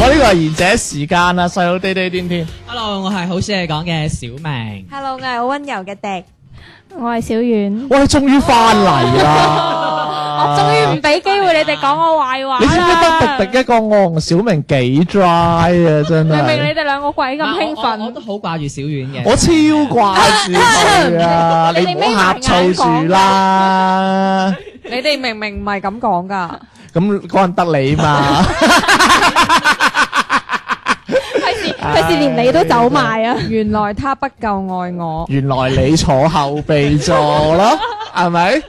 我呢個係賢者時間啊，細佬爹爹癲癲。 Hello，我係好似你講嘅小明。 Hello，我係好温柔嘅迪，我係小遠，喂，終於翻嚟 我啦！終於唔俾機會你哋講我壞話啊你知唔啦。知得迪迪一個我同小明幾 dry 啊，真明明係。你哋兩個鬼咁興我我我奮，都好掛住小遠嘅。我超掛住佢 啊！你你哋唔好呷醋住啦。你哋明明唔係咁講 噶，咁嗰陣得你嘛？費事費事連你都走埋啊！原來他不夠愛我。原來你坐後備座咯，係咪？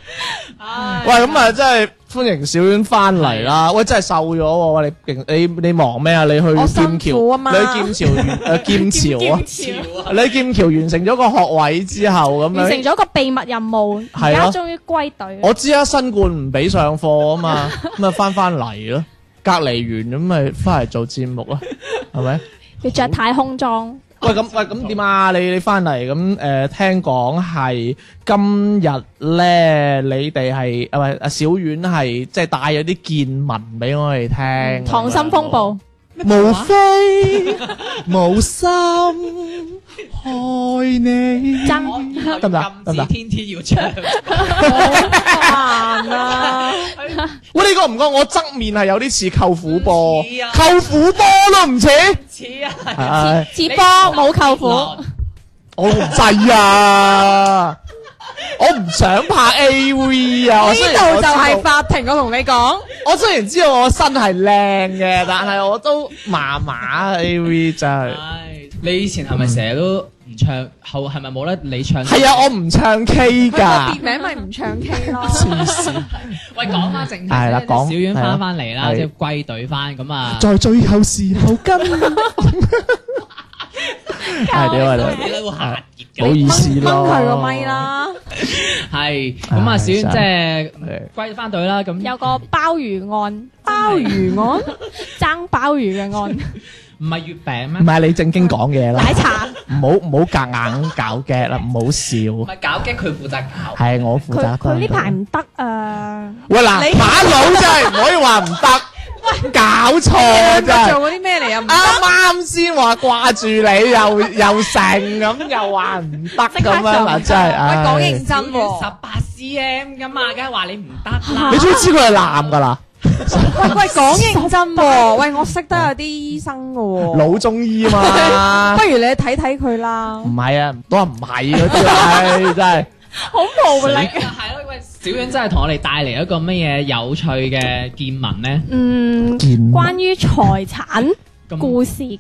喂，咁啊，真係歡迎小婉翻嚟啦！喂，真係瘦咗喎！喂你勁你你忙咩啊？你我去辛劍橋苦啊嘛你去劍橋完呃誒劍橋啊！潮啊！ 你劍橋完成咗個學位之後咁完成樣，咗個秘密任務，而係家咯終於歸隊。我知啊，新冠唔俾上課啊嘛，咁啊翻翻嚟咯，隔離完咁咪翻嚟做節目啦，係咪？要着太空裝，喂，咁喂，咁點啊？你你翻嚟咁誒，聽講係今日咧，你哋係啊，唔係啊，小遠係即係帶咗啲見聞俾我哋嗯聽。溏心風哦暴，無非無心害你。爭得唔得得唔得啊天天要唱，難啊！喂，呢個唔覺我側面係有啲似舅父波唔似啊，舅父波都唔似。似啊！唉，接波冇舅父。我唔制啊！我唔想拍 A V 啊！我呢雖然度就我知道係法庭，我同你講，我雖然知道我身係靚嘅，但係我都麻麻 A V 真係。唉，你以前係咪成日都唔唱？後係咪冇得你唱？係啊，我唔唱 K 佢個㗎別，名咪唔唱 K 咯。啊黐線。喂，講翻正題係啦先講小遠翻翻嚟啦，係即係歸隊翻咁啊。在最後時候 跟，係點啊？你咧會下熱唔好意思掹咯，佢個咪。啦！係咁啊，唉小遠即真係歸翻隊啦。咁有個鮑魚案，鮑魚案 爭鮑魚嘅案，唔係月餅唔咩？係你正經講嘢啦，奶茶唔好唔好夾硬搞 g 啦，唔好唔笑。係搞激，佢負責搞。係我負佢責。佢呢排唔得啊！喂嗱，你馬佬真係唔可以話唔得，搞錯真係。做嗰啲咩嚟啊？唔啱啱先話掛住你又又成咁，又話唔得咁樣嗱，真係。喂，講唉認真十喎！八 cm 咁啊，梗係話你唔得啦你。終於知佢係男㗎啦，喂喂，講認真喎！喂，我識得有啲醫生嘅喎。老中醫啊嘛不。如你睇睇佢啦唔。係啊，都話唔係嗰啲，啊唉，真係。好無力。係咯，喂，小遠真係同我哋帶嚟一個乜嘢有趣嘅見聞咧？嗯，見關於財產咁故事嘅，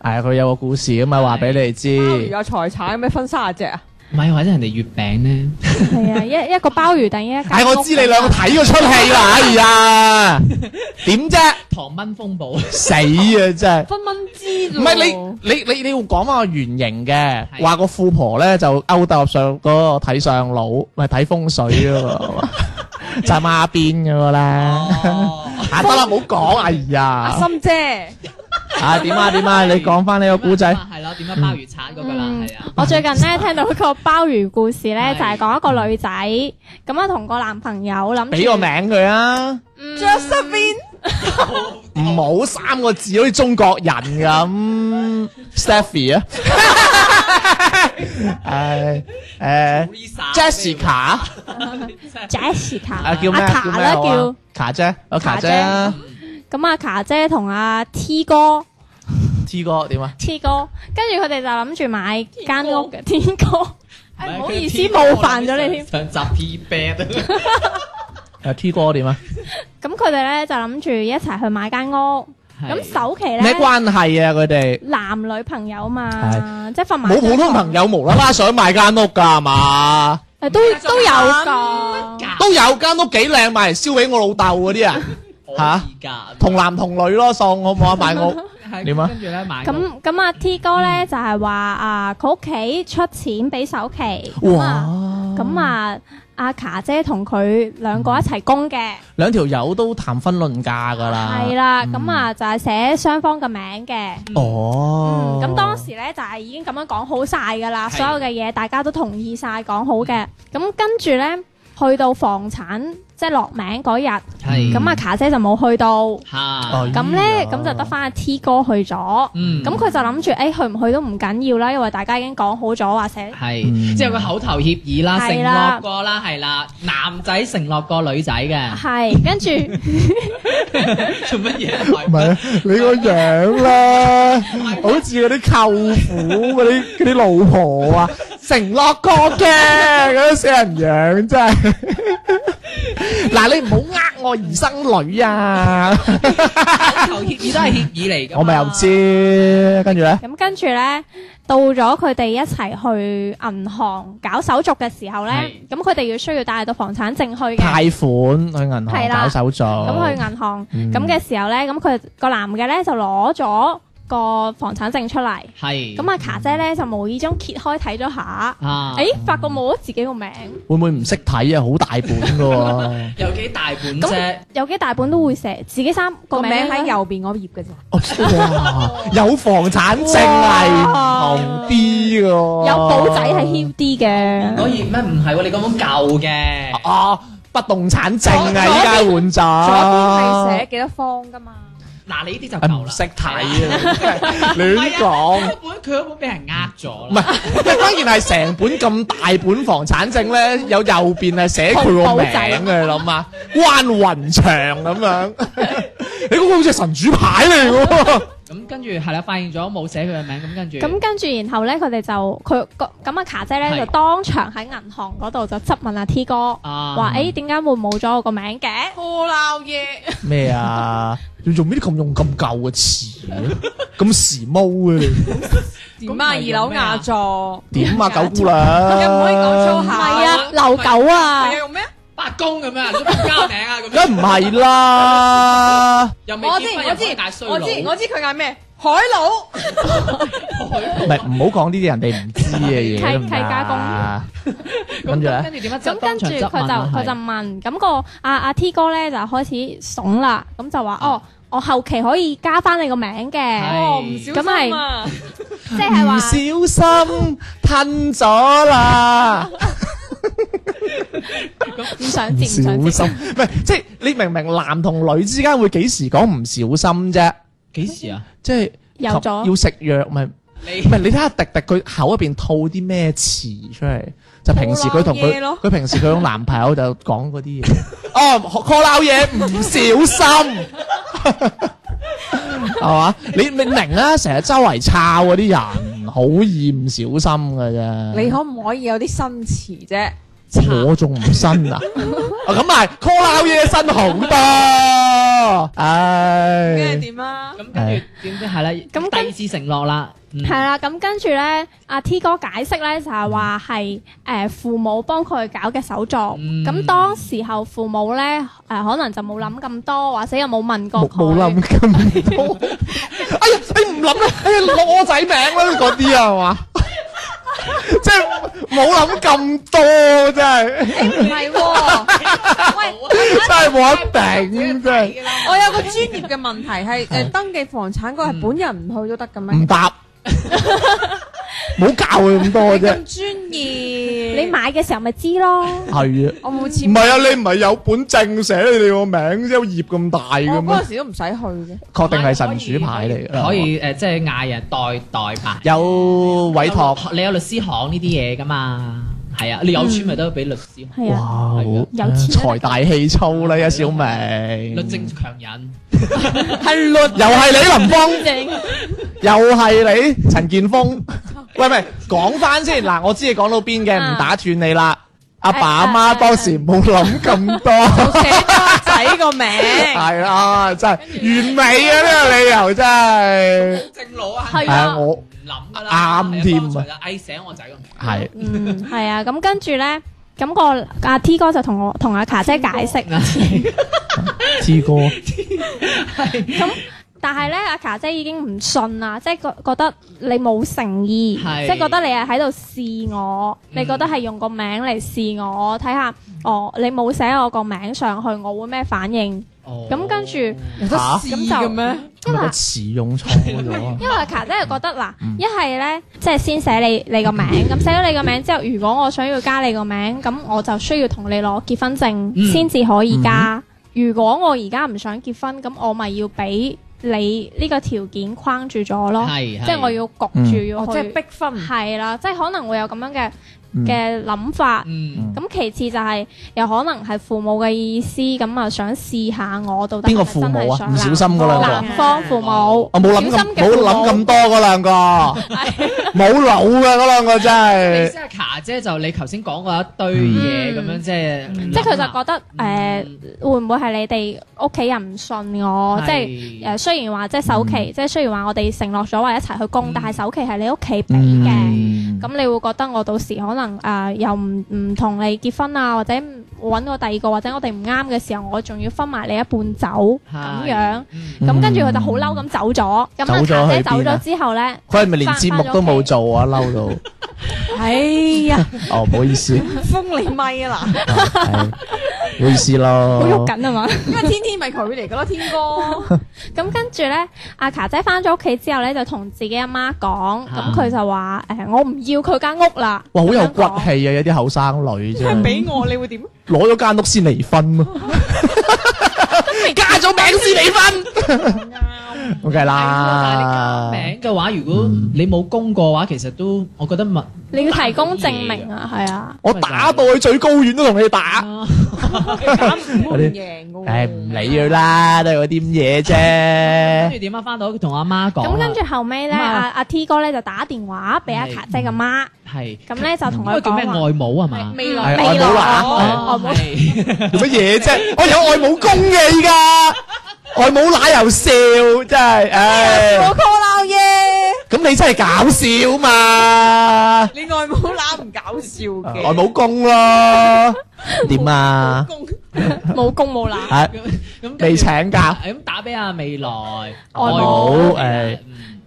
係啊佢有個故事咁啊，話俾你鮑魚知。有財產有咩分三十隻啊？唔係或者人哋月餅咧，係啊，一一個鮑魚突然間 一間唉，哎我知你兩個屋咁啊睇嗰出戲啦，哎呀，點啫？糖蚊風暴。死啊，真係。分蚊之唔係你你你你要講翻個原型嘅，係話個富婆咧就勾搭上嗰個睇相佬，咪睇風水嗰個，就係孖邊嗰個咧。 啊得啦，唔好講，哎阿呀，心姐，啊點啊點啊，你講翻呢個古仔，係咯，點解鮑魚鏟嗰個啦？係啊，我最近咧聽到一個鮑魚故事 咧，係就係講一個女仔咁啊，同個男朋友諗俾個名佢啊， Josephine 唔好三個字，好似中國人咁，Stephy 啊，誒誒 Jessica Jessica 啊叫咩阿叫卡咩啦好啊叫，卡姐，我卡姐啊咁阿卡姐同阿 T 哥。 ，T 哥點啊？ T 哥，跟住佢哋就諗住買間屋嘅 T 哥，哎唉唔好意思冒啊犯咗你添。添。上集 P bad，誒 T 哥點啊？咁佢哋咧就諗住一齊去買間屋，咁首期咩咧，關係啊？佢哋男女朋友嘛，係即係份埋冇普通朋友無啦啦想買間屋㗎係嘛？誒，都都有㗎。都有間屋幾靚，買嚟燒俾我老豆嗰啲啊！嚇吓同男同女咯，送我冇得買屋。點啊跟住咧買個咁咁啊 T 哥咧嗯就係話啊，佢屋企出錢俾首期，咁啊哇！咁啊阿卡姐同佢兩個一齊供嘅，兩條友都談婚論嫁㗎啦。係啦，咁啊嗯就係寫雙方嘅名嘅。哦嗯，。咁當時咧就係已經咁樣講好晒㗎啦，係嗯所有嘅嘢大家都同意晒講好嘅。咁跟住咧，去到房產即係落名嗰日，係咁阿卡姐就冇去到，吓哎呀咁咧咁就得翻阿 T 哥去咗。嗯咁佢就諗住，誒、哎去唔去都唔緊要啦，因為大家已經講好咗話啊寫，係即係有個口頭協議啦，承係啦諾過啦，係啦，男仔承諾過女仔 嘅，係跟 住做乜嘢？唔係啊你個樣 咧，好似嗰啲舅父嗰啲嗰啲老婆啊，承諾過嘅嗰啲死人樣真 係。嗱，你唔好呃我兒生女啊！口頭協議都係協議嚟㗎啊嘛。我咪又知，跟住咧，咁跟住咧，到咗佢哋一齊去銀行搞手續嘅時候咧係，咁佢哋要需要帶到房產證去嘅。貸款去銀行係啦搞手續，咁去銀行哦嗯咁嘅時候咧，咁佢個男嘅咧就攞咗個房產證出嚟，係咁阿卡姐咧就無意中揭開睇咗下，嗯啊，誒發覺冇咗自己個名，會唔會唔識睇啊？好大本噶 喎有幾大本啫咁？有幾大本都會寫自己三個個名名喺右。右邊嗰頁嘅咋。哦，哇！有房產證係唔同啲噶，有簿仔係囂嗰啲嘅，頁咩唔係喎？你講緊舊嘅，啊，不動產證啊，依家換左邊係咗寫。幾多方噶嘛？嗱你呢啲就啊舊唔啦，識睇係啦。啊！亂唔係講啊，佢，嗰本佢嗰本俾人呃咗 唔啦。係，關鍵係成本咁大本房產證咧，有右邊係寫佢個名報嘅，仔你諗下，關雲長咁樣， 你嗰個好似係神主牌嚟嘅喎，咁跟住係啦，發現咗冇寫佢嘅名，咁跟住咁跟住然後咧，佢哋就佢個咁阿卡姐咧係就當場喺銀行嗰度就質問阿 T 哥，啊話誒點解會冇咗我個名嘅？破鬧嘢，咩啊？要用呢啲咁用咁舊嘅詞嘅，咁時髦嘅你點啊？二樓雅座，點啊，九姑娘？你唔可以講粗唔口係啊，留狗啊係！用咩？八公咁樣，你都唔加名啊？咁 樣梗唔係啦，又未我知結婚我又知冇大衰佬我知我知佢嗌咩？海佬，唔係唔好講呢啲人哋唔知嘅嘢契得唔得契家啊 跟住咁咧，跟住點啊？咁跟住佢就啊佢就問，咁個阿阿 T 哥咧就開始慫啦，咁就啊話哦，我後期可以加翻你個名嘅，哦唔小心啊！即係話唔小心吞咗啦，唔想唔接唔小想接，心，唔係即係你明唔明男同女之間會幾時講唔小心啫？幾時啊？即係有咗要食藥咪唔你係你睇下迪迪佢口入邊吐啲咩詞出嚟？就平時佢同吐漏佢嘢咯佢平時佢同男朋友就講嗰啲嘢， 哦 call 鬧嘢唔小心。 係嘛？你你明啦，成日周圍抄嗰啲人，好易唔小心㗎啫。你可唔可以有啲新詞啫？我仲唔新 啊？啊咁咪 call 鬧嘢新好多，唉跟住，點啊？咁跟住點知係啦？咁跟第二次承諾啦，嗯係啦，咁跟住咧，阿 T 哥解釋咧就係話係誒父母幫佢搞嘅手續，嗯咁當時候父母咧誒可能就冇諗咁多，或者又冇問過冇冇佢諗，咁多。 哎呀，你唔諗啦，哎呀攞我仔名啦嗰啲啊係嘛， 即係冇諗咁多，真係唔係 喎，真係冇得頂，真係我有個專業嘅問題係誒登記房產嗰個係本人唔去都得嘅唔咩？答，冇教佢咁多你咁啫專。業，你買嘅時候咪知咯，係啊，我冇唔錢買，係啊，你唔係有本證寫你哋個名，有頁咁大嘅我嗰咩陣？時都唔使去嘅。確定係神主牌嚟㗎，可以誒，即係嗌人代代辦。有委託。你有律師行呢啲嘢噶嘛？係啊，你有錢咪都俾律師行。係哇，啊。好有錢啊財大氣粗啦，一小明。律政強人，係律，又係你林峰，啊又係你陳建峰。喂喂，講翻先嗱，我知你講到邊嗯哎嘅，唔打斷你啦。阿爸阿媽當時冇諗咁多，寫多一陣睇個名， 係啦，真係完美啊！呢個理由真係正路啊，係係啊，我諗㗎啦，啱添係啊幫襯啦，嗌醒我仔咁。係嗯，系啊，咁跟住咧，咁、個阿 T 哥就同我同阿卡姐解釋， T 哥，但係咧阿卡姐已經唔信啦，即係覺覺得你冇誠意，係即係覺得你係喺度試我，你覺得係用個名嚟試我，睇下哦，你冇寫我個名上去，我會咩反應？哦咁跟住有得試嘅咩？因咪為個詞用錯咗啊因為卡姐又覺得嗱，嗯一係咧即係先寫你你個名，咁寫咗你個名之後，如果我想要加你個名，咁我就需要同你攞結婚嗯證先至可以加。如果我而家唔想結婚，咁我咪要俾你呢個條件框住咗咯，係即係我要焗住嗯哦要即係去，逼婚，係啦，即係可能會有咁樣嘅嗯，嘅諗法。嗯咁其次就係有可能係父母嘅意思，咁啊想試下我到底邊個係咪父母真係啊？想唔小心嗰兩個男。方父母，哦啊我冇諗咁小心嘅冇父母諗咁多嗰兩個，冇腦嘅嗰兩個真你係即係卡姐就你頭先講過一堆嘢咁樣，即係即係佢就覺得誒、呃嗯會唔會係你哋屋企人唔信我？即係誒、呃，雖然話即係首嗯期，即係雖然話我哋承諾咗話一齊去供，嗯但係首期係你屋企俾嘅。嗯咁你會覺得我到時可能誒、呃又唔唔同你結婚啊，或者唔揾我第二個，或者我哋唔啱嘅時候，我仲要分埋你一半走咁樣。嗯咁跟住佢就好嬲咁走咗。咁阿走咗茶姐去走邊啊咗之後咧，佢係咪連節目都冇做啊？嬲到，哎呀，哦，唔好意思， 封你咪啊嗱，啊係唔好意思好咯喐。緊啊嘛。因為天天咪佢嚟噶咯，天哥，咁跟住咧，阿卡姐翻咗屋企之後咧，就同自己阿媽講，啊咁佢就話：誒，我唔要佢間屋啦。哇，好有骨咁樣講氣啊！有啲後生女啫，俾我你會點？攞咗間屋先離婚咯，加咗名先離婚，咁梗係啦。名嘅話，如果你冇供過嘅話，其實都我覺得物你要提供證明啊，係啊。我打到去最高院都同你打，唔 贏噶唉，唔理佢啦，都係嗰啲咁嘢跟啫。住點啊？翻到屋企同阿媽講啦，咁跟住後尾咧，咁啊阿阿 T 哥咧就打電話俾阿卡姐嘅媽，係咁咧就同嗰個佢叫咩講話外母係嘛？啊未係來外未母來啦哦，係做乜嘢啫？我有外母公嘅依家，外母奶又笑，真係，唉我，call 啦耶！咁你真係搞笑嘛？你外母乸唔搞笑嘅，外母公咯，點啊？公冇公冇乸，啊，咁未請假，咁打俾阿未來外母誒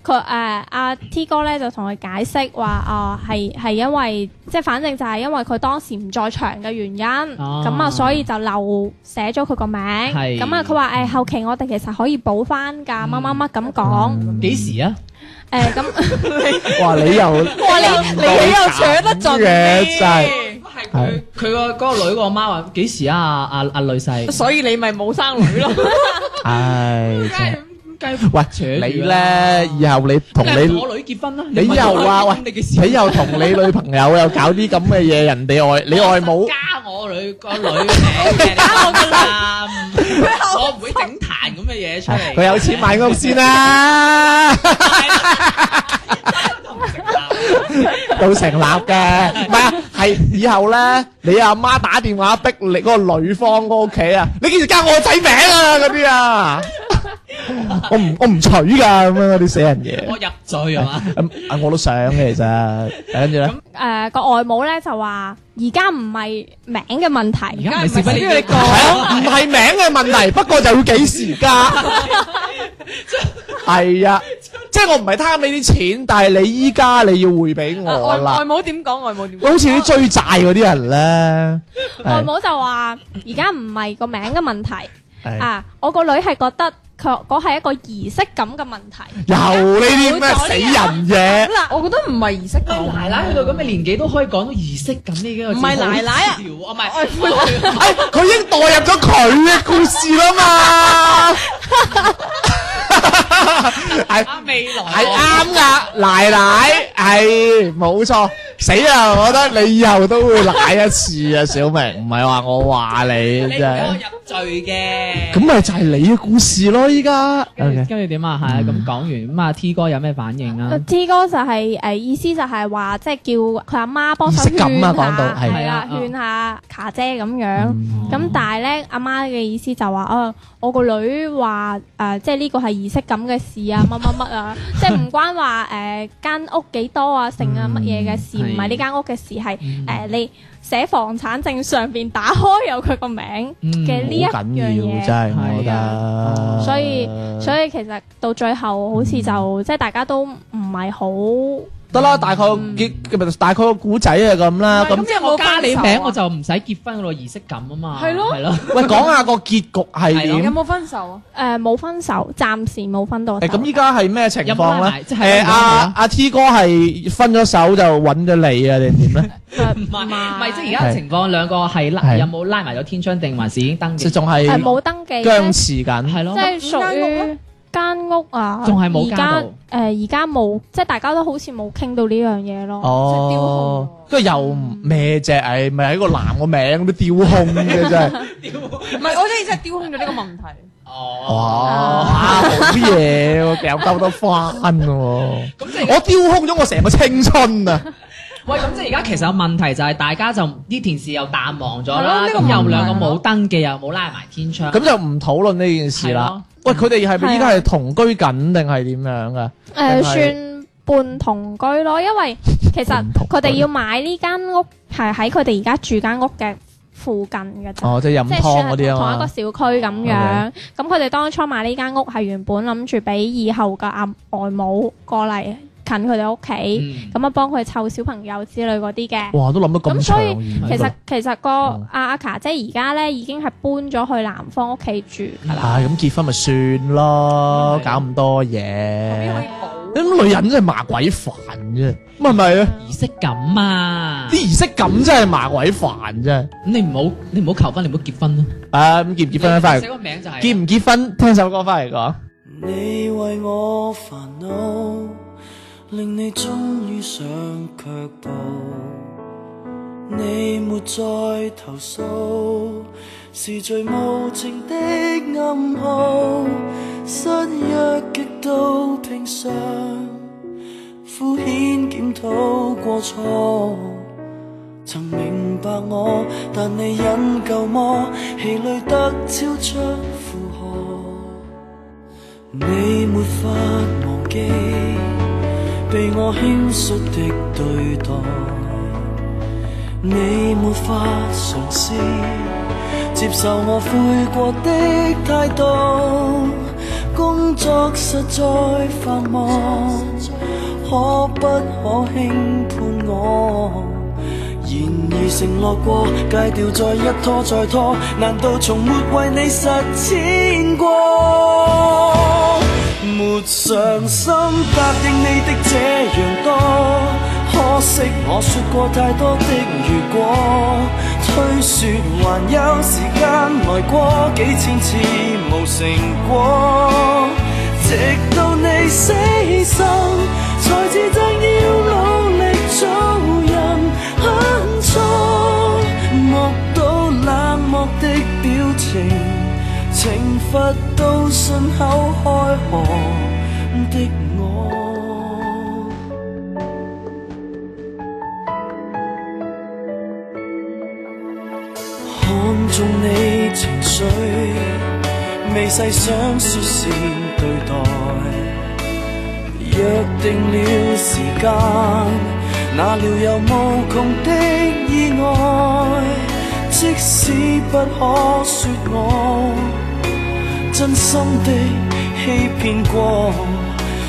佢誒阿 T 哥咧就同佢解釋話：哦，係係因為即係反正就係因為佢當時唔在場嘅原因，哦咁啊所以就漏寫咗佢個名。係咁啊佢話誒後期我哋其實可以補翻㗎，乜乜乜咁講。幾時啊？誒咁哇！你又〜哇你你又扯得盡嘅真係啲，係佢佢個嗰個女個媽話幾時啊？阿阿阿女婿所以你咪冇生 女咯。唉，真梗係喂，你咧以後你同你我女結婚啦，你又話喂你嘅事，你又同你女朋友又搞啲咁嘅嘢，人哋外你外母加我女個女嘅 名嘅，加我嘅男，我唔會整壇咁嘅嘢出嚟。佢有錢買屋先啦，到成立嘅，唔係啊，係以後咧你阿媽打電話逼你嗰個女方嗰屋企啊，你幾時加我仔名啊嗰啲啊，我唔我唔娶㗎咁樣嗰啲死人嘢我，入罪係嘛？咁啊我都想嘅其實，跟住咧。誒個外母咧就話：而家唔係名嘅問題，而家唔係不你你係啊，唔係名嘅問題，不過就要幾時加。係啊，即係我唔係貪你啲錢，但係你依家你要匯俾啊我外外啦。母點講？外母點講？好似啲追債嗰啲人咧，外係母就話：而家唔係個名嘅問題係啊，我個女係覺得佢嗰係一個儀式感嘅問題。又呢啲咩死人嘢，嗱， 我覺得唔係儀式感，奶奶去到咁嘅年紀都可以講到儀式感呢幾個字，唔係奶奶啊 好潮我唔係哎，佢已經代入咗佢嘅故事啦 嘛，係阿啊未來係啱噶，奶奶係冇錯，死啦！我覺得你以後都會奶一次啊，小明，唔係話我話你你真唔好入係，罪嘅。咁咪就係你嘅故事咯，依家。跟嗯住 OK 跟住點啊？係啊，咁講完咁啊，T 哥有咩反應啊？ T 哥就係、誒、意思就係話，即係叫佢阿媽幫手儀式感勸啊下，講到係哦嗯係係啦，啊勸下卡姐咁樣。咁、但係咧，阿媽嘅意思就話啊，我個女話誒、即係呢個係儀式感嘅事啊，乜乜乜啊，即係唔關話誒間屋幾多啊，剩啊乜嘢嘅事，嗯唔係呢間屋嘅事，係誒、嗯你寫房產證上邊打開有佢個名嘅呢一嗯好緊樣要嘢。啊真係，我覺得。所以所以其實到最後好似就、即係大家都唔係好得啦，大概嗯結大概個古仔係咁啦。唔係咁咁即係我加你有冇分手名，啊我就唔使結婚嗰個儀式感啊嘛。係咯係咯。喂，講下個結局係係有點？冇分手啊？誒呃冇、分手，暫時冇分到手。誒，咁依家係咩情況有冇拉咧埋？即係有誒，冇拉阿埋啊阿 T 哥係分咗手就揾咗你啊，定點咧？誒唔係唔唔係，即係而係家嘅情況，兩個係拉係有冇拉埋咗天窗定還是已經登記即？仲誒係冇登記僵持緊。係咯即。係屬於間屋啊，仲係冇而加到家誒而家冇，即係大家都好似冇傾到呢樣嘢咯。哦，跟住又唔咩啫？唉，咪喺個男個名都丟空嘅真係。唔係，我真係真係丟空咗呢個問題。 哦。哇，好嘢喎，掉兜得翻喎！咁即係我丟空咗我成個青春啊！喂，咁即係而家其實有問題就係大家就呢件事又淡忘咗啦，係咯呢個咁又兩個問題冇登記，又冇拉埋天窗。咁就唔討論呢件事啦。喂，佢哋係咪依家係同居緊定係點樣啊噶？定係誒呃算半同居咯，因為其實半同居佢哋要買呢間屋係喺佢哋而家住間屋嘅附近嘅啫。哦，即係飲即係湯算嗰啲係同一啊個嘛。小區咁樣 OK，咁佢哋當初買呢間屋係原本諗住俾以後嘅阿外母過嚟近佢哋屋企，嗯咁啊幫佢湊小朋友之類嗰啲嘅。哇，都諗得咁咁長所以遠啊其實喎其實個嗯阿阿卡姐而家咧已經係搬咗去男方屋企住㗎啦。唉，咁結婚咪算咯，係搞咁多邊嗯可以嘢。補？咁女人真係麻鬼煩啫，咪咪啊！儀式感啊啲！儀式感真係麻鬼煩啫。咁你唔好你唔好求婚，你唔好結婚啦。啊，咁結唔結婚咧？翻寫嚟個名就係結唔結婚？聽首歌翻嚟講。你為我煩惱，令你終於上卻步。你沒再投訴，是最無情的暗號。失約極度平常，敷衍檢討過錯。曾明白我，但你忍夠麼？氣餒得超出負荷。你沒法忘記被我輕率的對待，你沒法嘗試接受我悔過的態度。工作實在繁忙，可不可輕判我？然而承諾過，戒掉再一拖再拖，難道從沒為你實踐過？沒上心答應你的這樣多，可惜我說過太多的如果，推說還有時間來過幾千次無成果，直到你死心，才知真要努力做人很錯，目睹冷漠的表情。懲罰到信口開河的我。看中你情緒，未細想說善對待。約定了時間，哪料有無窮的意外。即使不可說我真心的欺騙過，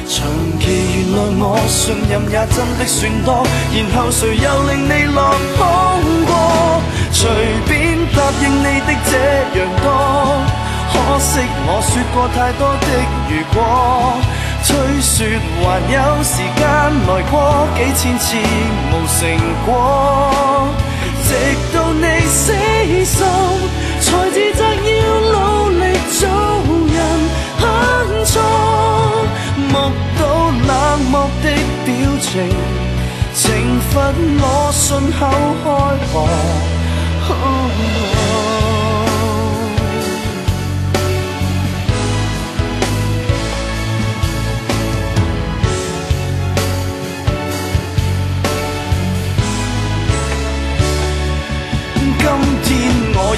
長期原諒我，信任也真的算多。然後誰又令你落空過？隨便答應你的這樣多。可惜我說過太多的如果，吹說還有時間來過幾千次無成果，直到你死心，才自責要努力做人很錯，目睹冷漠的表情，懲罰我信口開河。哦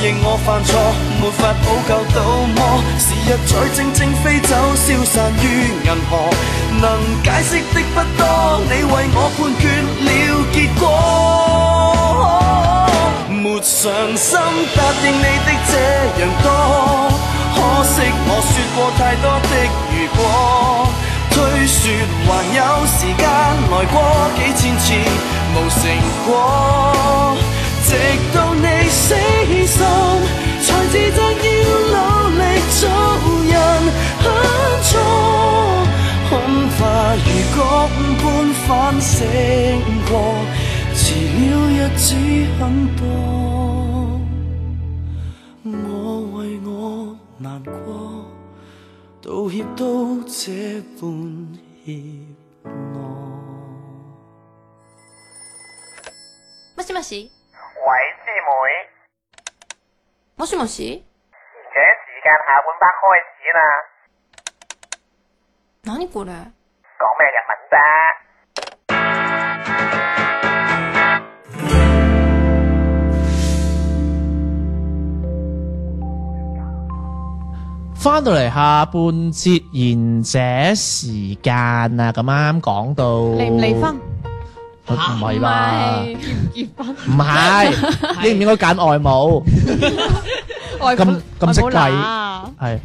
令我犯錯，沒法補救到麼？時日在靜靜飛走，消散於銀河。能解釋的不多，你為我判決了結果。沒上心答應你的這樣多，可惜我說過太多的如果。推說還有時間來過幾千次，無成果。直到你死心，才自責要努力做人很錯。恐怕如角般反省過，遲了日子很多，我為我難過，道歉到這般怯懦。もしもし喂，師妹，もしもし而且時間下半 part 開始啦，何これ講咩日文啫？翻到嚟下半節賢者時間啊，咁啱講到啊離唔離婚？唔係吧？唔係 唔係，應唔應該揀外母？外咁咁識外母乸啊係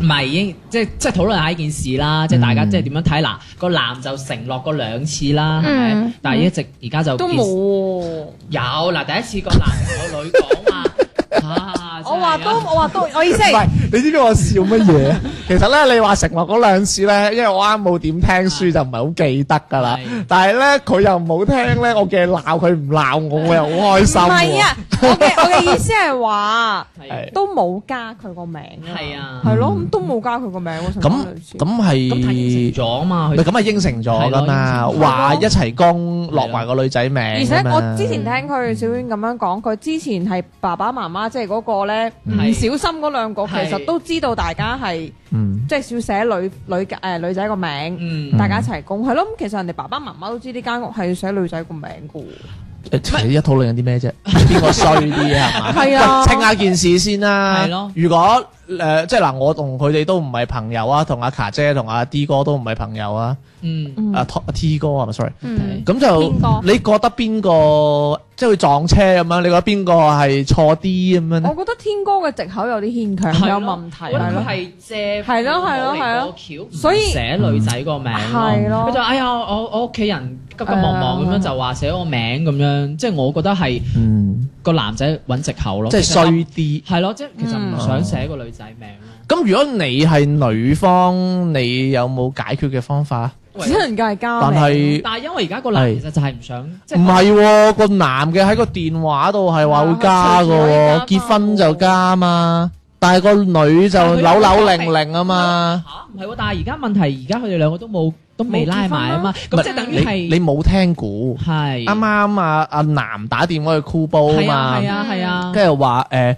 唔係已經即係即係討論下呢件事啦，即係大家嗯即係點樣睇嗱個男就承諾過兩次啦，係咪嗯？但係一直而家就都見冇喎。有嗱，第一次個男同個女講話 啊， 我話都，我冇話都，我意思唔係係，你知唔知我笑乜嘢？其實咧，你話承諾嗰兩次咧，因為我啱冇點聽書，就唔係好記得㗎啦係。但係咧，佢又冇聽咧，我嘅鬧佢唔鬧我，我又好開唔心係 喎。啊，我嘅我嘅意思係話係啊都冇加佢個名啊，係啊係咯，咁都冇加佢個名喎，咁咁咁睇係清。咗啊嘛，咪佢咁啊應承咗㗎嘛，係咯應承咗話一齊供落埋個女仔名而咁且樣。我之前聽佢小婉咁樣講，佢之前係爸爸媽媽即係嗰個咧唔係小心嗰兩個，其係實都知道大家係嗯即係少寫女女誒女仔個名，嗯，大家一齊供係咯。咁其實人哋爸爸媽媽都知呢間屋係寫女仔個名嘅喎。誒呃你一討論緊啲咩啫？邊個衰啲啊？係嘛？係啊喂清下件事先啦。係咯如果誒即係嗱，我同佢哋都唔係朋友啊，同阿卡姐同阿 D 哥都唔係朋友啊。嗯嗯啊 T- T 哥係咪？sorry。嗯，咁就邊個你覺得邊個即係會撞車咁樣？你覺得邊個係錯啲咁樣我咧？覺得天哥嘅藉口有啲牽強，嗯係有咯問題啊我覺得佢係借係 咯。係咯係咯係咯橋，所以寫女仔個名係咯佢就哎呀我我屋企人急急忙忙咁樣就話寫我名咁樣，即係我覺得係嗯，個男仔揾藉口咯，即係其實衰我啲。係咯，即係其實唔想寫個女仔名咯。咁如果你係女方，你有冇解決嘅方法啊？喂只能夠係加但名。係但係因為而家個男係其實就係唔啊想，即唔係喎，個男嘅喺個電話度係話會加係嘅喎，啊佢隨時可以結加婚就加嘛，但係個女就扭扭零零啊嘛。嚇唔係喎，但係而家問題，而家佢哋兩個都冇都未拉埋啊嘛，唔咁係即係等於你係嗯你冇聽估，係啱啱啊阿男打電話去箍煲啊係啊嘛係，啊係啊，跟住話誒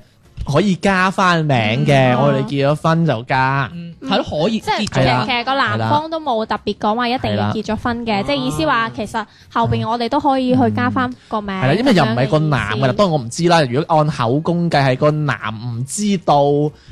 可以加翻名嘅，嗯我哋結咗婚就加。嗯係咯可以即係結其係咗啦實其實個係男啦哦方都冇特別講話一定要結咗婚嘅，即係意思話其實後邊我哋都可以去加翻嗯個啊名。嗯係啦，因為又唔係個男噶啦，咁樣嘅意思當然我唔知啦。如果按口供計係個男唔知道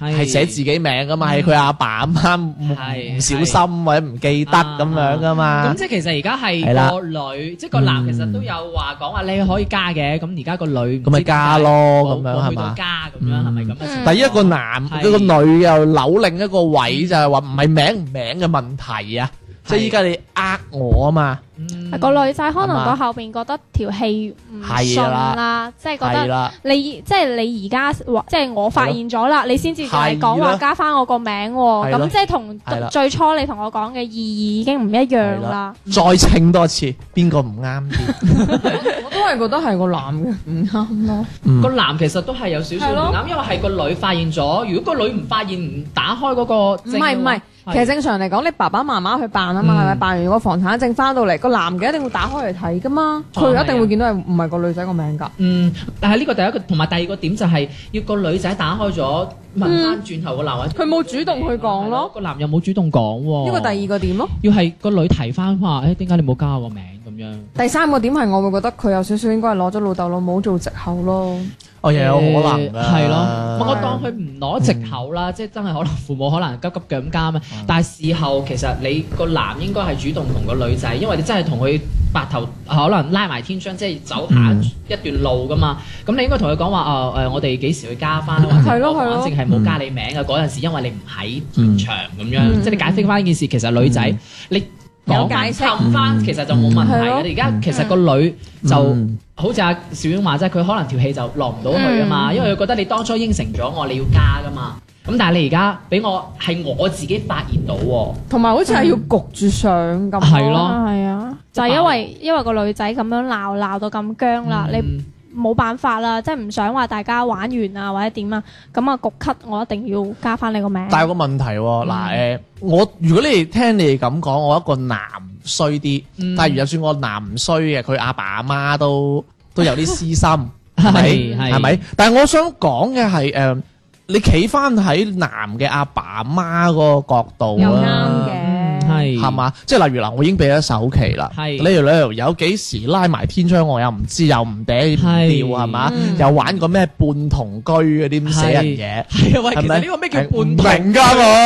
係寫自己名噶嘛，係佢阿爸阿媽唔係啊唔小心或者唔記得咁樣噶嘛咁。即係其實而家係啦係個女，即係個男其實都有話講話你可以加嘅，咁而家個女唔知咁咪加咯點解咁冇冇樣係嘛去到加咁樣係咪咁嘅情況？嗯第一個男係嗯個女又扭另一個位，就係話唔係名唔名嘅問題啊，即係依家你呃我啊嘛，嗯個女仔可能係嘛到後邊覺得條氣唔順係啦，即係覺係得。啦，你即係你而家話即係我發現咗啦，你先至同係你講啦話加翻我個名係喎，啦咁即係同係啦最初你同我講嘅意義已經唔一樣啦。再稱多次，邊個唔啱啲？我都係覺得係個男嘅唔啱咯。個嗯男其實都係有少少係咯唔啱，因為係個女發現咗。如果個女唔發現，唔打開嗰個唔證嘅話，係唔係，其實正常嚟講，你爸爸媽媽去辦啊嘛，係咪、嗯辦完個房產證翻到嚟，個男嘅一定會打開嚟睇噶嘛，佢啊一定會見到係唔係個女仔個名㗎。嗯，但係呢個第一個同埋第二個點就係要個女仔打開咗問翻轉頭個男佢冇主動去講咯，個男又冇主動講喎。呢個第二個點咯，要係個女提翻話，誒點解你冇加我個名咁樣？第三個點係我會覺得佢有少少應該係攞咗老豆老母做藉口咯。我哦又有可能㗎嗯係咯，我當佢唔攞藉口啦，即係真係可能父母可能急急咁加啊嘛。但係事後其實你個男應該係主動同個女仔，因為你真係同佢白頭可能拉埋天窗，即係走下嗯一段路噶嘛。咁你應該同佢講話啊誒，我哋幾時去加翻，或係者咯我係咯反正係冇加你名嘅嗰陣時，因為你唔喺現場咁樣，即係你解釋翻呢件事。其實女仔你有講解解釋氹翻其實就冇問題係咯嘅。你而家其實個女就嗯好似阿小英話齋，佢可能條氣就落唔到去啊嗯嘛，因為佢覺得你當初應承咗我，你要加噶嘛。咁但係你而家俾我係我自己發現到喎，同埋好似係要焗住上咁。係咯係啊，就係因為因為個女仔咁樣鬧鬧到咁僵啦，你嗯冇辦法啦，即係唔想話大家玩完啊或者點啊，咁啊焗咳，我一定要加翻你個嗯名。但係有個問題喎，嗱誒，我如果你哋聽你哋咁講，我一個男衰啲，嗯但係就算我男唔衰嘅，佢阿爸阿媽 都都有啲私心，係咪係係係咪？但係我想講嘅係誒，你企翻喺男嘅阿爸阿媽嗰個角度又啱啊。嗯嘅，嗯係係？嘛？即係例如嗱，我已經俾咗首期啦，你係條女有幾時拉埋天窗，我又唔知，又唔嗲唔係吊係嘛？嗯又玩過咩半同居嗰啲咁死人嘢，係啊，喂，係其咪實呢個咩叫半係唔同明㗎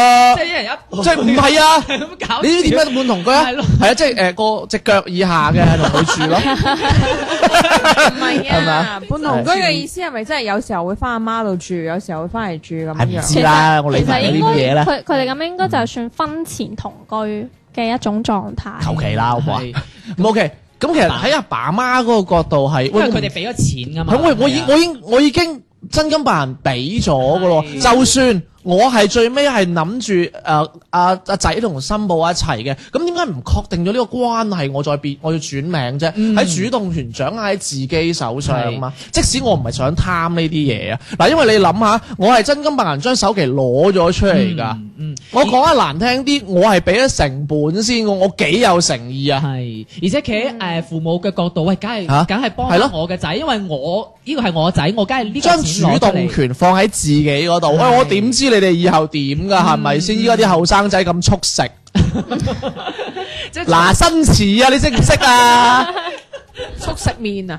我即係一人一即係唔係啊？係咁搞笑，你知點解半同居啊？係咯係啊，即係誒個只腳以下嘅同 佢住咯，唔係 係嘛啊，半同居嘅意思係咪真係有時候會翻阿媽度住，有時候會翻嚟住咁係唔樣？知啦，我理其埋實呢應啲嘢該啦，佢佢哋咁應該就係算婚前同居嘅一種狀態。求其啦，好唔好啊？係咁 OK，咁其實喺阿爸媽嗰個角度係，因為喂，佢哋俾咗錢㗎嘛。係我我係已啊我已經我已經真金白銀俾咗噶咯，係就算我係最尾係諗住誒阿阿仔同新抱一齊嘅，咁點解唔確定咗呢個關係，我再變我要轉名啫？喺、嗯主動權掌握喺自己手上係嘛。即使我唔係想貪呢啲嘢啊，嗱，因為你諗下，我係真金白銀將首期攞咗出嚟㗎。嗯嗯。我講得難聽啲，我係俾咗成本先㗎，我幾有誠意啊！係，而且企嗯喺誒父母嘅角度，喂，梗係嚇梗係幫係咯翻我嘅仔，因為我呢個係我仔，我梗係呢個將錢主攞出動嚟權放喺自己嗰度，係喂，我點知你哋以後點㗎？係咪先？依家啲後生仔咁速食，即係嗱，新詞啊，你識唔識啊？速食面啊，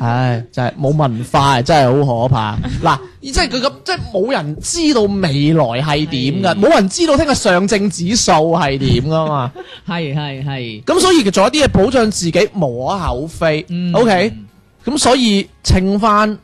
唉，真係冇文化，真係好可怕。嗱，即係佢咁，即係冇人知道未來係點係㗎，冇人知道聽日上證指數係點㗎嘛。 係係係，咁所以其實做一啲嘢保障自己無可厚非。嗯 OK，咁所以稱翻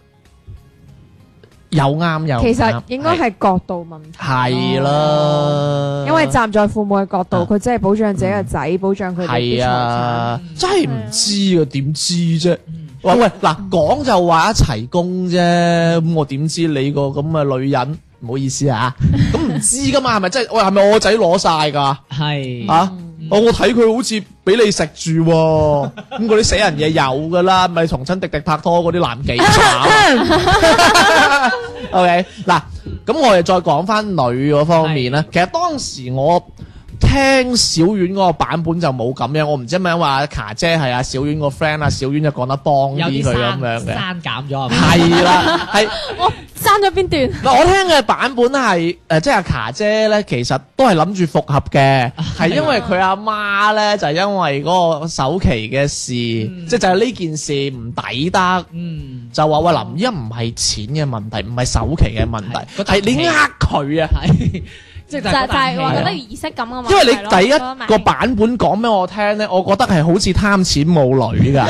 有啱有唔啱，其實應該係角度問題。係啦，因為站在父母嘅角度，啊佢真係保障自己嘅仔，保障佢哋啲財係產。啊，真係唔知啊，點知啫？嗯喂喂，嗱講就話一齊供啫，咁我點知你個咁嘅女人？唔好意思啊，咁唔知噶嘛，係咪真係？喂，係咪我仔攞晒㗎？係啊！我我睇佢好似俾你食住 喎，咁嗰啲死人嘢有噶啦，咪同親迪迪拍拖嗰啲男妓 慘。OK，嗱，咁我哋再講翻女嗰方面啦。其實當時我聽小婉嗰個版本就冇咁樣，我唔知係咪因為阿卡姐係阿小婉個 friend 啊，小婉就講得幫有啲啲佢咁樣刪嘅，刪減咗係咪？係啦，係。刪咗邊段？嗱，我聽嘅版本係誒、呃即係阿卡姐咧，其實都係諗住復合 嘅，係因為佢阿媽咧就係因為嗰個首期嘅事，嗯即係就係呢件事唔抵得，嗯，就話喂林依唔係錢嘅問題，唔係首期嘅問題，係嗰啖係你呃佢啊。 係，即係就就就係話話覺覺得得儀式感啊嘛。因為你第一個版本講俾我聽咧，我覺得係好似貪錢冇女 㗎，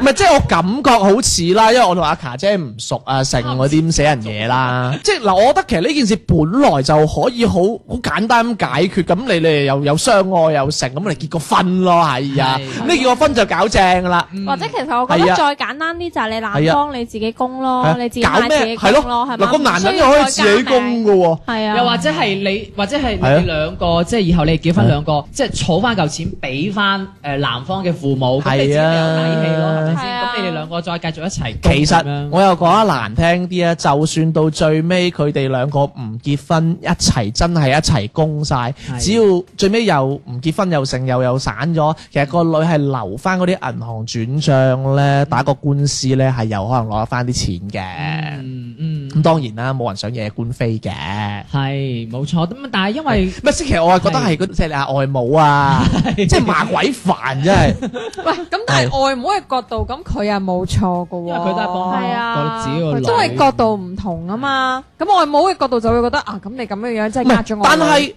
唔係即係我感覺好似啦，因為我同阿卡姐唔熟啊，成嗰啲咁死人嘢啦。即係嗱，我覺得其實呢件事本來就可以好好簡單咁解決，咁你哋又又相愛又成，咁你結個婚咯，係啊，係呢結個婚就搞正㗎啦。或者其實我覺係得啊再簡單啲就係你男係啊方你自己供係咯啊，哦你自己搞買自己咩？供係咯，咯，係嗱嘛？個男人又可以自己供㗎喎。係啊，又或者係你，或者係你係啊哋兩個，即係以後你哋結婚兩個，即係儲翻嚿錢俾翻誒男方嘅父母，咁你自己係有啊底氣咯，係咪先？係啊咁你哋兩個再繼續一齊供咁樣，其實我又講得難聽啲啊，就算到最尾佢哋兩個唔結婚，一齊真係一齊供晒，只要最尾又唔結婚又剩又又散咗，其實個女係留翻嗰啲銀嗯行轉帳咧，打個官司咧係有可能攞得翻啲錢嘅。嗯嗯，咁當然啦，冇人想夜官飛嘅。係冇錯。咁但係因為唔係，即係其實我係覺得係嗰即係你阿外母 啊， 即係麻鬼煩真係。喂，咁但係外母嘅角度，咁佢又冇錯嘅因喎。為佢都係幫係啊自己個女都係角度唔同啊嘛。咁外母嘅角度就會覺得啊，咁你咁樣樣真唔係呃係咗我。但係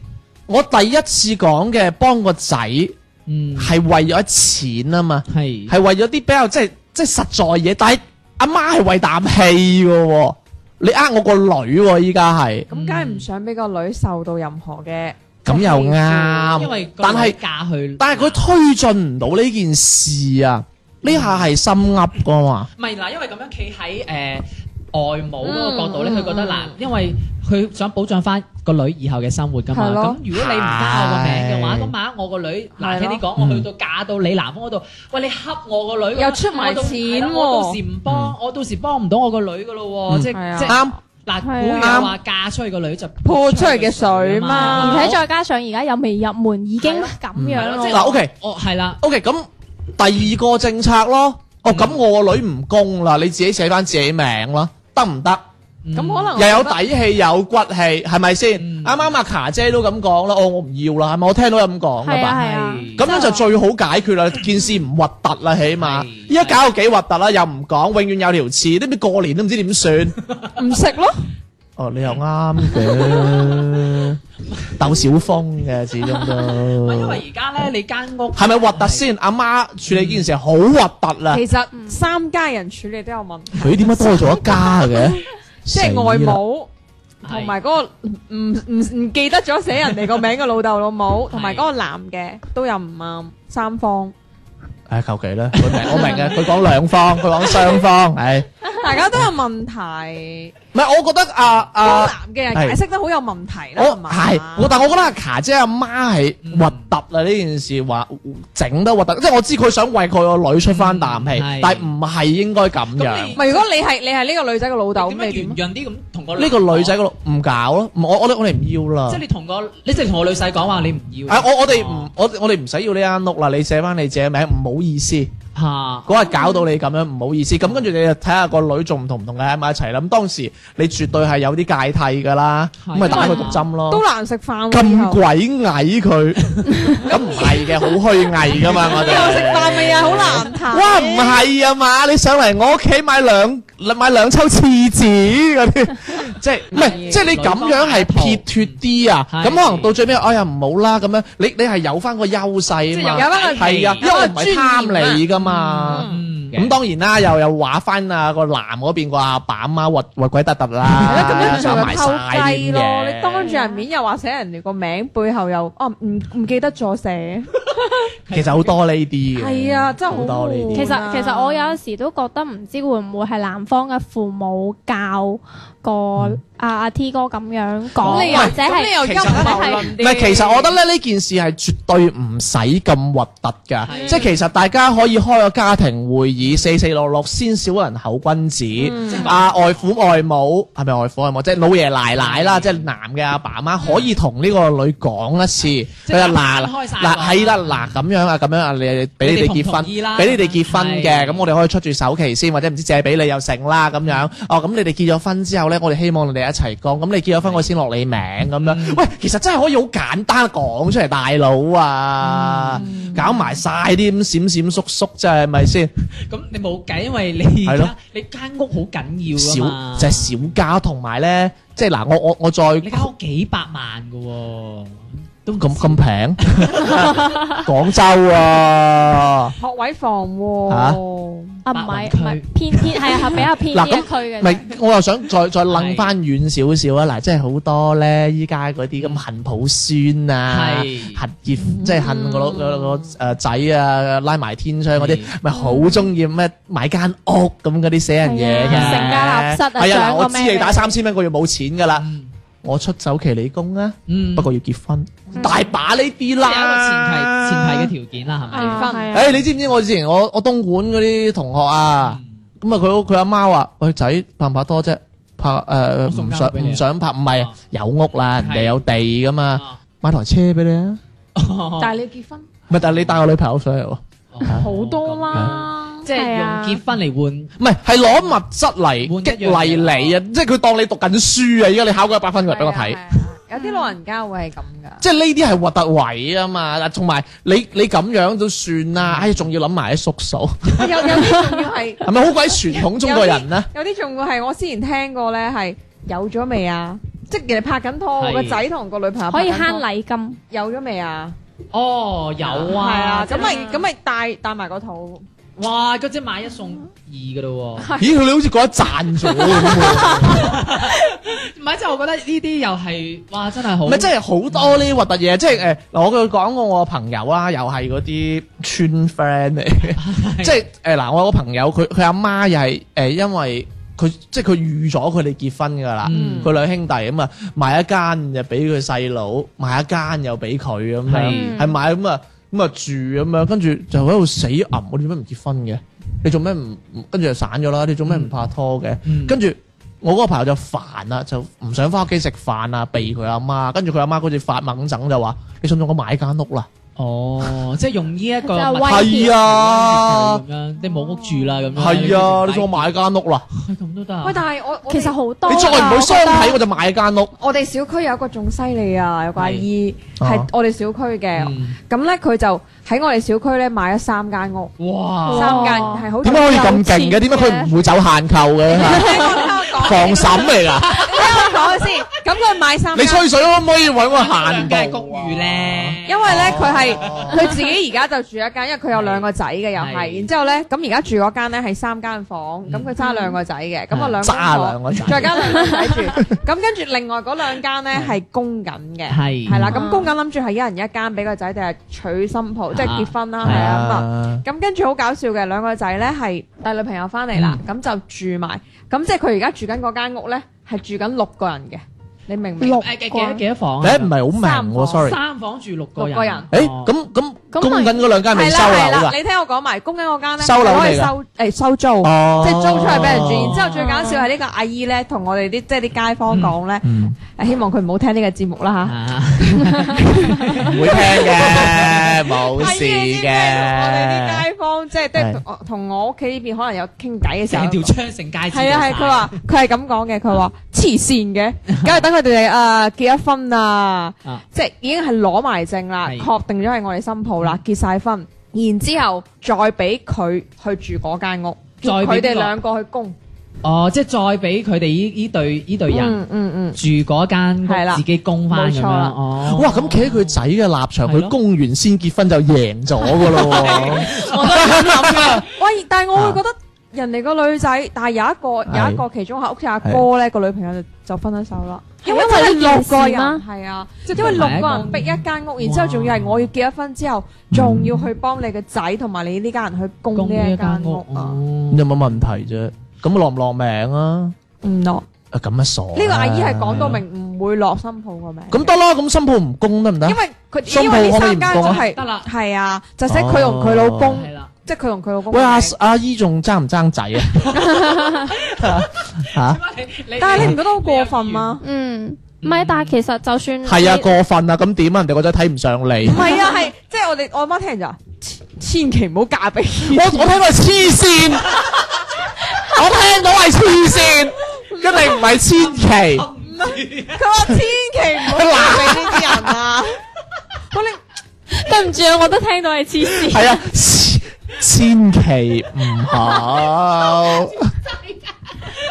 我第一次講嘅幫個仔係嗯為咗錢啊嘛，係係為咗啲比較即係即係實在嘢，但係阿媽係為啖氣嘅喎。你呃我個女喎，依家係咁梗係唔想俾個女受到任何嘅。咁又因為啱，個但係女嫁去，但係佢推進唔到呢件事啊，呢下係心噏噶嘛。唔係嗱，因為咁樣企喺誒外母嗰個角度咧，嗯佢覺得嗱，因為佢想保障翻個女以後嘅生活㗎嘛。係咯咁如果你唔加我個名嘅話，係咁萬一我個女難係聽咯啲講，我去到嫁到你男方嗰度，喂你恰我個女咁樣，又出埋我到錢係啦我到時唔幫，我到時幫唔到我個女㗎咯喎，嗯即係啊即啱嗱，係啊古語話嫁出去個女就潑出去嘅水嘛而且再加上而家又未入門，已經咁樣即咯係。嗱，OK。哦係啦， OK，咁第二個政策咯。哦，咁我個女唔供啦，你自己寫翻自己名啦，得唔得？咁咁可能又有底氣，有骨氣，係咪先？嗯啱啱阿卡姐都咁講啦，哦，我唔要啦，係咪？我聽到有咁講噶係啊嘛。係啊，咁樣就最好解決啦，件事唔核突啦，起係碼依家搞到幾核突啦，又唔講，永遠有條刺，都唔知過年都唔知點算。 唔食咯，哦，你又啱嘅，鬥小風嘅始終喂都因為而家咧你間屋係咪核突先？阿媽處理件事係好核突啦。其實三家人處理都有問題，佢點解多咗一家嘅？ 即係外母同埋嗰個唔唔唔記得咗寫人哋個名嘅老豆老母，同埋嗰個男嘅都有唔啱，三 方唉，求其啦，佢明我明嘅，佢講兩方，佢講雙方，唉，大家都有問題。唔係我覺得啊嗰個啊，男嘅人解釋得好有問題啦，我係嘛係我，但我覺得阿卡姐阿媽係嗯核突啦呢件事，話整得核突，即係我知佢想為佢個女出翻啖氣嗯係，但係唔係應該咁樣你。唔係如果你係你係呢個女仔嘅老豆，咁點樣你點圓？潤啲咁同個呢個女仔嗰度唔搞咯，唔我我哋我哋唔要啦即係。你哦同個你即係同個女婿講話你唔要。啊啊！我我哋唔我我哋唔使要呢間屋啦，你寫翻你自己名，唔好意思。嚇嗰日搞到你咁樣唔好意思，咁跟住你就睇下個女仲唔同唔同佢喺埋一齊啦。咁當時你絕對係有啲芥蒂㗎啦，係咁咪打佢毒針咯都。難食飯喎，以咁後鬼矮 佢，咁唔係嘅，好虛偽㗎嘛，我以後食飯哋。咪啊，好難談。哇，唔係啊嘛！你上嚟我屋企買兩買兩抽廁紙嗰 啲，即係唔係係即係你咁樣係撇脱啲啊？係咁可能到最尾，哎呀唔好啦咁樣，你你係有翻個優勢啊即係有嘛，返個啊係啊，因為我唔係貪你㗎嘛。嗯咁當然啦，又又話翻啊個男嗰邊個阿爸阿媽核核鬼突突啦，係咯，咁樣做搞就埋偷晒雞咯！你當嘅。住人面又話寫人哋個名，背後又哦唔唔記得咗寫，其實好多呢啲嘅，係啊真係好好多呢啲。其其實其實我有時都覺得唔知會唔會係男方嘅父母教個嗯阿阿 T 哥咁樣講，咁你又或者咁你係又其陰實謀論唔係，其實我覺得咧呢件事係絕對唔使咁核突係㗎，即係啊其實大家可以開個家庭會議，四四六六先少人口君子。嗯啊，外父外母係咪外父外母？即係老爺奶奶嗯啦，即係男嘅阿爸媽可以同呢個女講一次，即佢係話嗱分開晒嗱講係啦，嗱咁樣啊，咁樣啊，你俾你你哋哋同唔結婚同意啦，俾你哋結婚嘅，係咁我哋可以出住首期先，或者唔知借俾你又成啦咁樣。嗯哦，咁你哋結咗婚之後咧，我哋希望你哋一齊供，咁你結咗婚我先落你名咁嗯樣。喂，其實真係可以好簡單講出嚟，大佬啊，嗯搞埋晒啲咁閃閃縮縮真係咪先？咁你冇計，因為你而係咯家你間屋好緊要㗎小啊嘛。就係小家，同埋咧，即係嗱，我我我再你咁間屋幾百萬㗎喎，都唔咁 平，廣州 啊，學位房嚇喎。啊唔係唔白雲係區偏偏係啊係比較偏嗱咁啲一區嘅咪啫。我又想再再楞翻遠少少啊！嗱，即係好多咧，依家嗰啲咁恨抱孫啊，係恨結嗯即係恨個老個個誒仔啊，拉埋天窗嗰啲係，咪好中意咩買間屋咁嗰啲死人嘢係嘅，啊成家立室啊係啊，嗱，上個我知咩你打三千蚊個月冇錢㗎啦，嗯我出首期你供啊！嗯，不過要結婚，大把呢啲即係有一個前提前啦。提嘅條件啦，係咪？啊係啊誒，你知唔知我之前我我東莞嗰啲同學啊，嗯咁啊佢佢阿媽話：喂仔拍唔拍拖啫？拍誒我送唔間屋想俾你啊唔想拍，唔係啊有屋啦，人哋係嗯有地噶嘛，啊買台車俾你啊！但係你要結婚咪但係你帶我女朋友上嚟喎，哦哦好多啦，咁即係係用啊結婚嚟換。唔係，係攞物質嚟換激一樣嘢勵你啊！即係佢當你讀緊書啊！依家你考過一百分過嚟俾我睇係。啊。係啊有啲老人家會係咁 㗎。即係呢啲係核突位啊嘛，嗱，同埋你你咁樣都算啦，哎，仲要諗埋啲叔嫂，有有啲仲要係係咪好鬼傳統中國人啊咧？有啲仲會係我之前聽過咧，係有咗未啊？即係人哋拍緊拖，係個仔同個女朋友可以拍緊慳拖，禮金，有咗未啊？哦，有係啊，啊，咁咪咁咪帶帶埋個肚，哇，嗰隻買一送二嘅咯喎。咦，佢哋好似覺得賺咗啊 咁唔喎，係，即係我覺得呢啲又係，哇，真係好。唔係真係好多呢啲核突嘢，即係誒嗱，我佢講過我朋友啦，又係嗰啲村 friend 嚟嘅，即係誒嗱，我有個朋友佢佢阿媽又係誒因為佢即係佢預咗佢哋結婚㗎啦。嗯佢兩兄弟咁啊，買一間就俾佢細佬，買一間又俾佢咁樣，係係買咁啊咁啊住咁樣，跟住就喺度死揞，我哋做咩唔結婚嘅？你做咩唔唔跟住就散咗啦？你做咩唔拍拖嘅？嗯跟住我嗰個朋友就煩啦，就唔想翻屋企食飯啊，避佢阿媽。跟住佢阿媽嗰次發猛整就話：你信唔信我買間屋啦？哦，即係用呢一個就係物威係啊咁，樣，你冇屋住啦咁樣。係啊，仲你信我買間屋啦？係咁都得啊。喂！但係我我哋其實好多㗎。你再唔好我相覺得睇，我就買間屋。我哋小區有一個仲犀利啊，有個阿姨係係我哋小區嘅，嗯咁咧佢就喺我哋小區咧買咗三間屋，哇，三間係好 點解可以咁勁嘅？點解佢唔會走限購嘅？講防審嚟㗎！講先，咁佢買三你間，吹水可唔可以揾個限啊兩間度？公寓咧，因為咧佢係佢自己而家就住一間，因為佢有兩個仔嘅又係，係然之後咧咁而家住嗰間咧係三間房，咁佢揸兩個仔嘅，咁啊兩間 揸房兩。個仔，再加兩個仔 住，咁跟住另外嗰兩間咧係供緊嘅，係係啦，咁嗯供緊諗住係一人一間俾個仔定係娶新抱，即係結婚啦，啊係啊咁啊。咁跟住好搞笑嘅，兩個仔咧係帶女朋友翻嚟啦，咁、就住埋，咁即係佢而家住緊嗰間屋咧係住緊六個人嘅，你明唔明？六誒幾幾個多幾多房啊？誒唔係好明喎三，sorry。三房住六個人。六個人誒哦咁咁咁咪供緊嗰兩間未係收啦係樓啦㗎，？你聽我講埋，供緊嗰間咧收樓可以嚟㗎收誒收租，哦即係租出去俾人住。然之後最搞笑係呢個阿姨咧，同我哋啲即係啲街坊講咧，嗯希望佢唔好聽呢個節目啦啊唔會聽嘅，冇嚇。事係啊你知唔知我哋啲嘅。街坊即係都係係同同我屋企呢邊可能有傾偈嘅時候成。條昌盛街係啊係，佢話佢係咁講嘅，佢話黐線嘅，梗係等佢哋啊結咗婚啦啊，即係已經係攞埋證啦，係確定咗係我哋新抱啦，結晒婚，然之後再俾佢去住嗰間屋，再佢俾邊個哋兩個去供，哦，即係再俾佢哋呢呢對呢對人嗯嗯嗯，住嗰間係啦屋自己供翻咁樣。冇錯啦哦，哇！咁企喺佢仔嘅立場，係咯佢供完先結婚就贏咗㗎咯 喎。我都係咁諗嘅。喂，但係我會覺得人哋個女仔，但係有一個係有一個其中係屋企阿哥咧，個女朋友就就分咗手啦。係因為呢六件事個人嗎係啊，因為六個人逼一間屋，然之後仲要係我要結咗婚之後，仲要去幫你嘅仔同埋你呢家人去供供呢呢一一間間屋屋啊，哦有冇問題啫？咁落唔落名啊？唔落。啊咁啊傻啊！呢個阿姨係講到明唔會落新抱個名。咁得啦，咁新抱唔供得唔得因？為佢新因抱為呢可唔可以三唔間供就啊哦係得啦係啊，就寫佢同佢老公，係啦，即係佢同佢老公個喂，名。阿阿姨仲爭唔爭仔啊？ 嚇！但係你唔覺得好過分嗎？嗯，唔係，但係其實就算係啊，你過分啊！咁點啊？人哋個仔睇唔上你唔。係啊，係即係我哋我媽聽完就話千千祈唔好嫁俾 我我聽到係黐線，我聽到係黐 線，一定唔係千祈。佢話千祈唔好嫁俾呢啲人 啊！我你對唔住啊，我都聽到係黐線。係啊，千千祈唔好。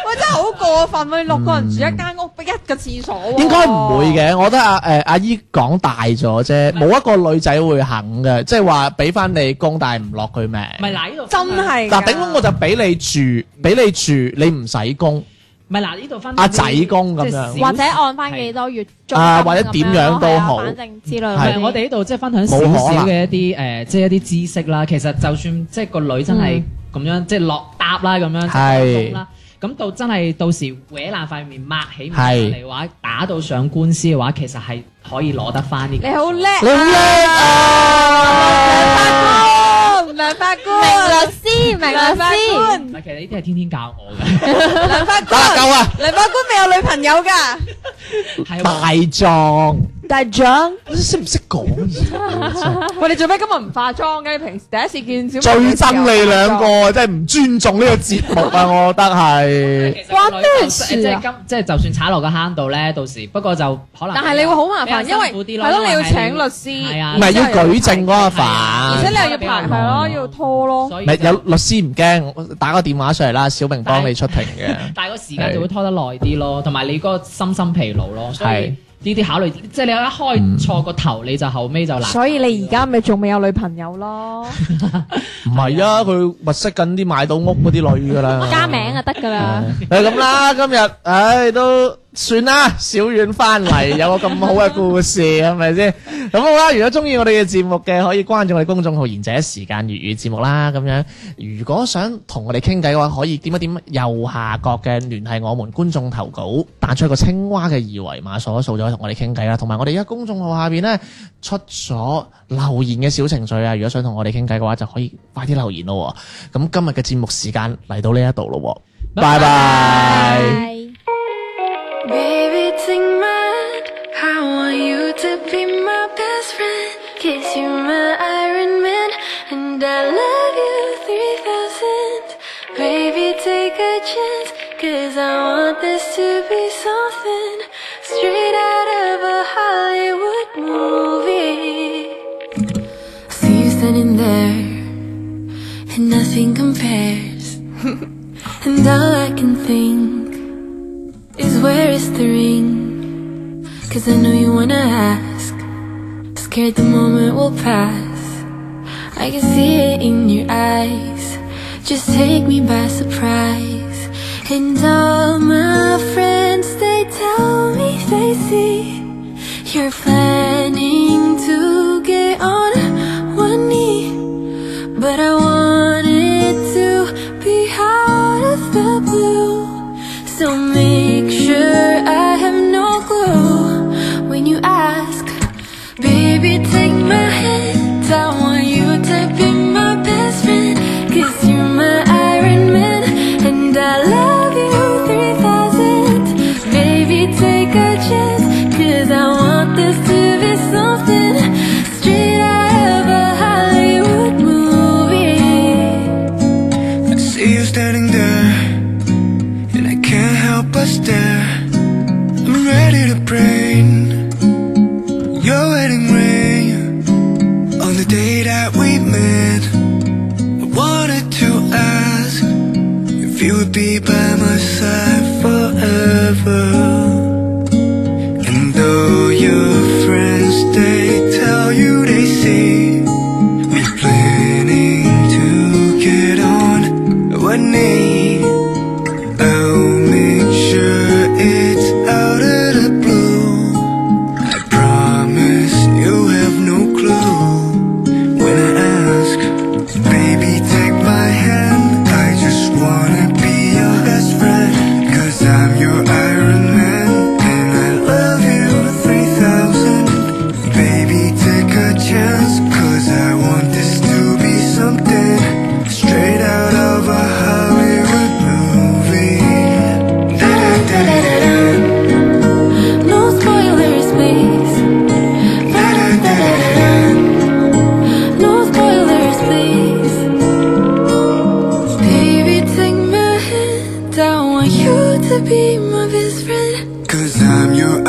我真係好過分喎！你六個人住一間屋，逼一個廁所喎。嗯應該唔會嘅，我覺得阿誒阿姨講大咗啫，冇一個女仔會肯嘅，即係話俾翻你供，但係唔落佢名。唔係嗱呢度真係㗎。嗱，頂多我就俾你住，俾你住，你唔使供。唔係嗱呢度分阿仔公咁樣即係少或者按翻幾多月租啊或者點樣都好反正之類唔嗰係啲。我哋呢度即係分享少冇可少能嘅一啲誒，即係一啲知識啦。其實就算即係個女真係咁樣，即係落搭啦咁樣，即係係落啦。咁到真係到時搲爛塊面抹起面係嚟嘅話，打到上官司嘅話，其實係可以攞得翻呢個數。你好叻你好叻啊！啊，梁法官，明律師，明梁律法師，官，唔係，其實呢啲係天天教我嘅，梁法得啦，啊官，夠啦，梁法官未有女朋友㗎。係大壯大獎。你識唔識講嘢？喂，你做咩今日唔化妝嘅？你平時第一次見小最明嘅時候憎你兩個，真係唔尊重呢個節目啊！我覺得 係。哇咩咩事啊即係今即係就算踩落個坑度咧，到時不過就可能。但係你會好麻比較煩，辛因為苦啲係咯，你要請律係啊師，唔係要舉證嗰個而犯且，你又要排，係咯，要拖咯。所唔以係就有律師唔驚，打個電話上嚟啦，小明幫你出庭 嘅。但係個時間就會拖得耐啲咯，同埋你嗰個身心疲勞咯，所以係呢啲考慮，即係你一開錯個頭，你就後尾就難。所以你而家咪仲未有女朋友咯？唔係啊，佢物色緊啲買到屋嗰啲女㗎啦。加名就得噶啦。 係咁啦，今日唉都算啦，小遠翻嚟有個咁好嘅故事，係咪先？咁好啦，如果中意我哋嘅節目嘅，可以關注我哋公眾號《賢者時間粵語節目》啦。咁樣，如果想同我哋傾偈嘅話，可以點一點右下角嘅聯繫我們觀眾投稿，彈出一個青蛙嘅二維碼，掃一掃就可以同我哋傾偈啦。同埋我哋而家公眾號下邊呢，出咗留言嘅小程序啊，如果想同我哋傾偈嘅話，就可以快啲留言咯喎。咁今日嘅節目時間嚟到呢一度咯喎。拜拜。係。 Baby, take my I want you to be my best friend. Kiss you, my Iron Man, and I love you 3000. Baby, take a chance, cause I want this to be something straight out of a Hollywood movie. See you standing there, and nothing compares. and all I can think is where is the ring? Cause I know you wanna ask. Scared the moment will pass. I can see it in your eyes. Just take me by surprise. And all my friends, they tell me they see you're planning to get on one knee. But I want it to be out of the blue. So make sure I have no clue when you ask. Baby, take my hand. I want you to be my best friend. Cause you're my Iron Man. And I love you 3000. Baby, take a chance. Cause I want this to be something straight out of a Hollywood movie. I see you standing there, and I can't help but stare. I'm ready to rain your wedding ring on the day that we met. I wanted to ask if you would be by my side forever. And though your friends they tell you they see. We're planning to get on one knee. I'll make sure it's out of the blue. I promise you have no clue when I ask. Baby, take my hand. I just wanna be your best friend. Cause I'm your Iron Man and I love you 3000. Baby, take a chance. Cause I want this to be something straight out of a Hollywood movie. Da-da-da-da-da. No spoilers, please. No spoilers, please. Baby, take my hand. I want you to be my best friend. Cause I'm your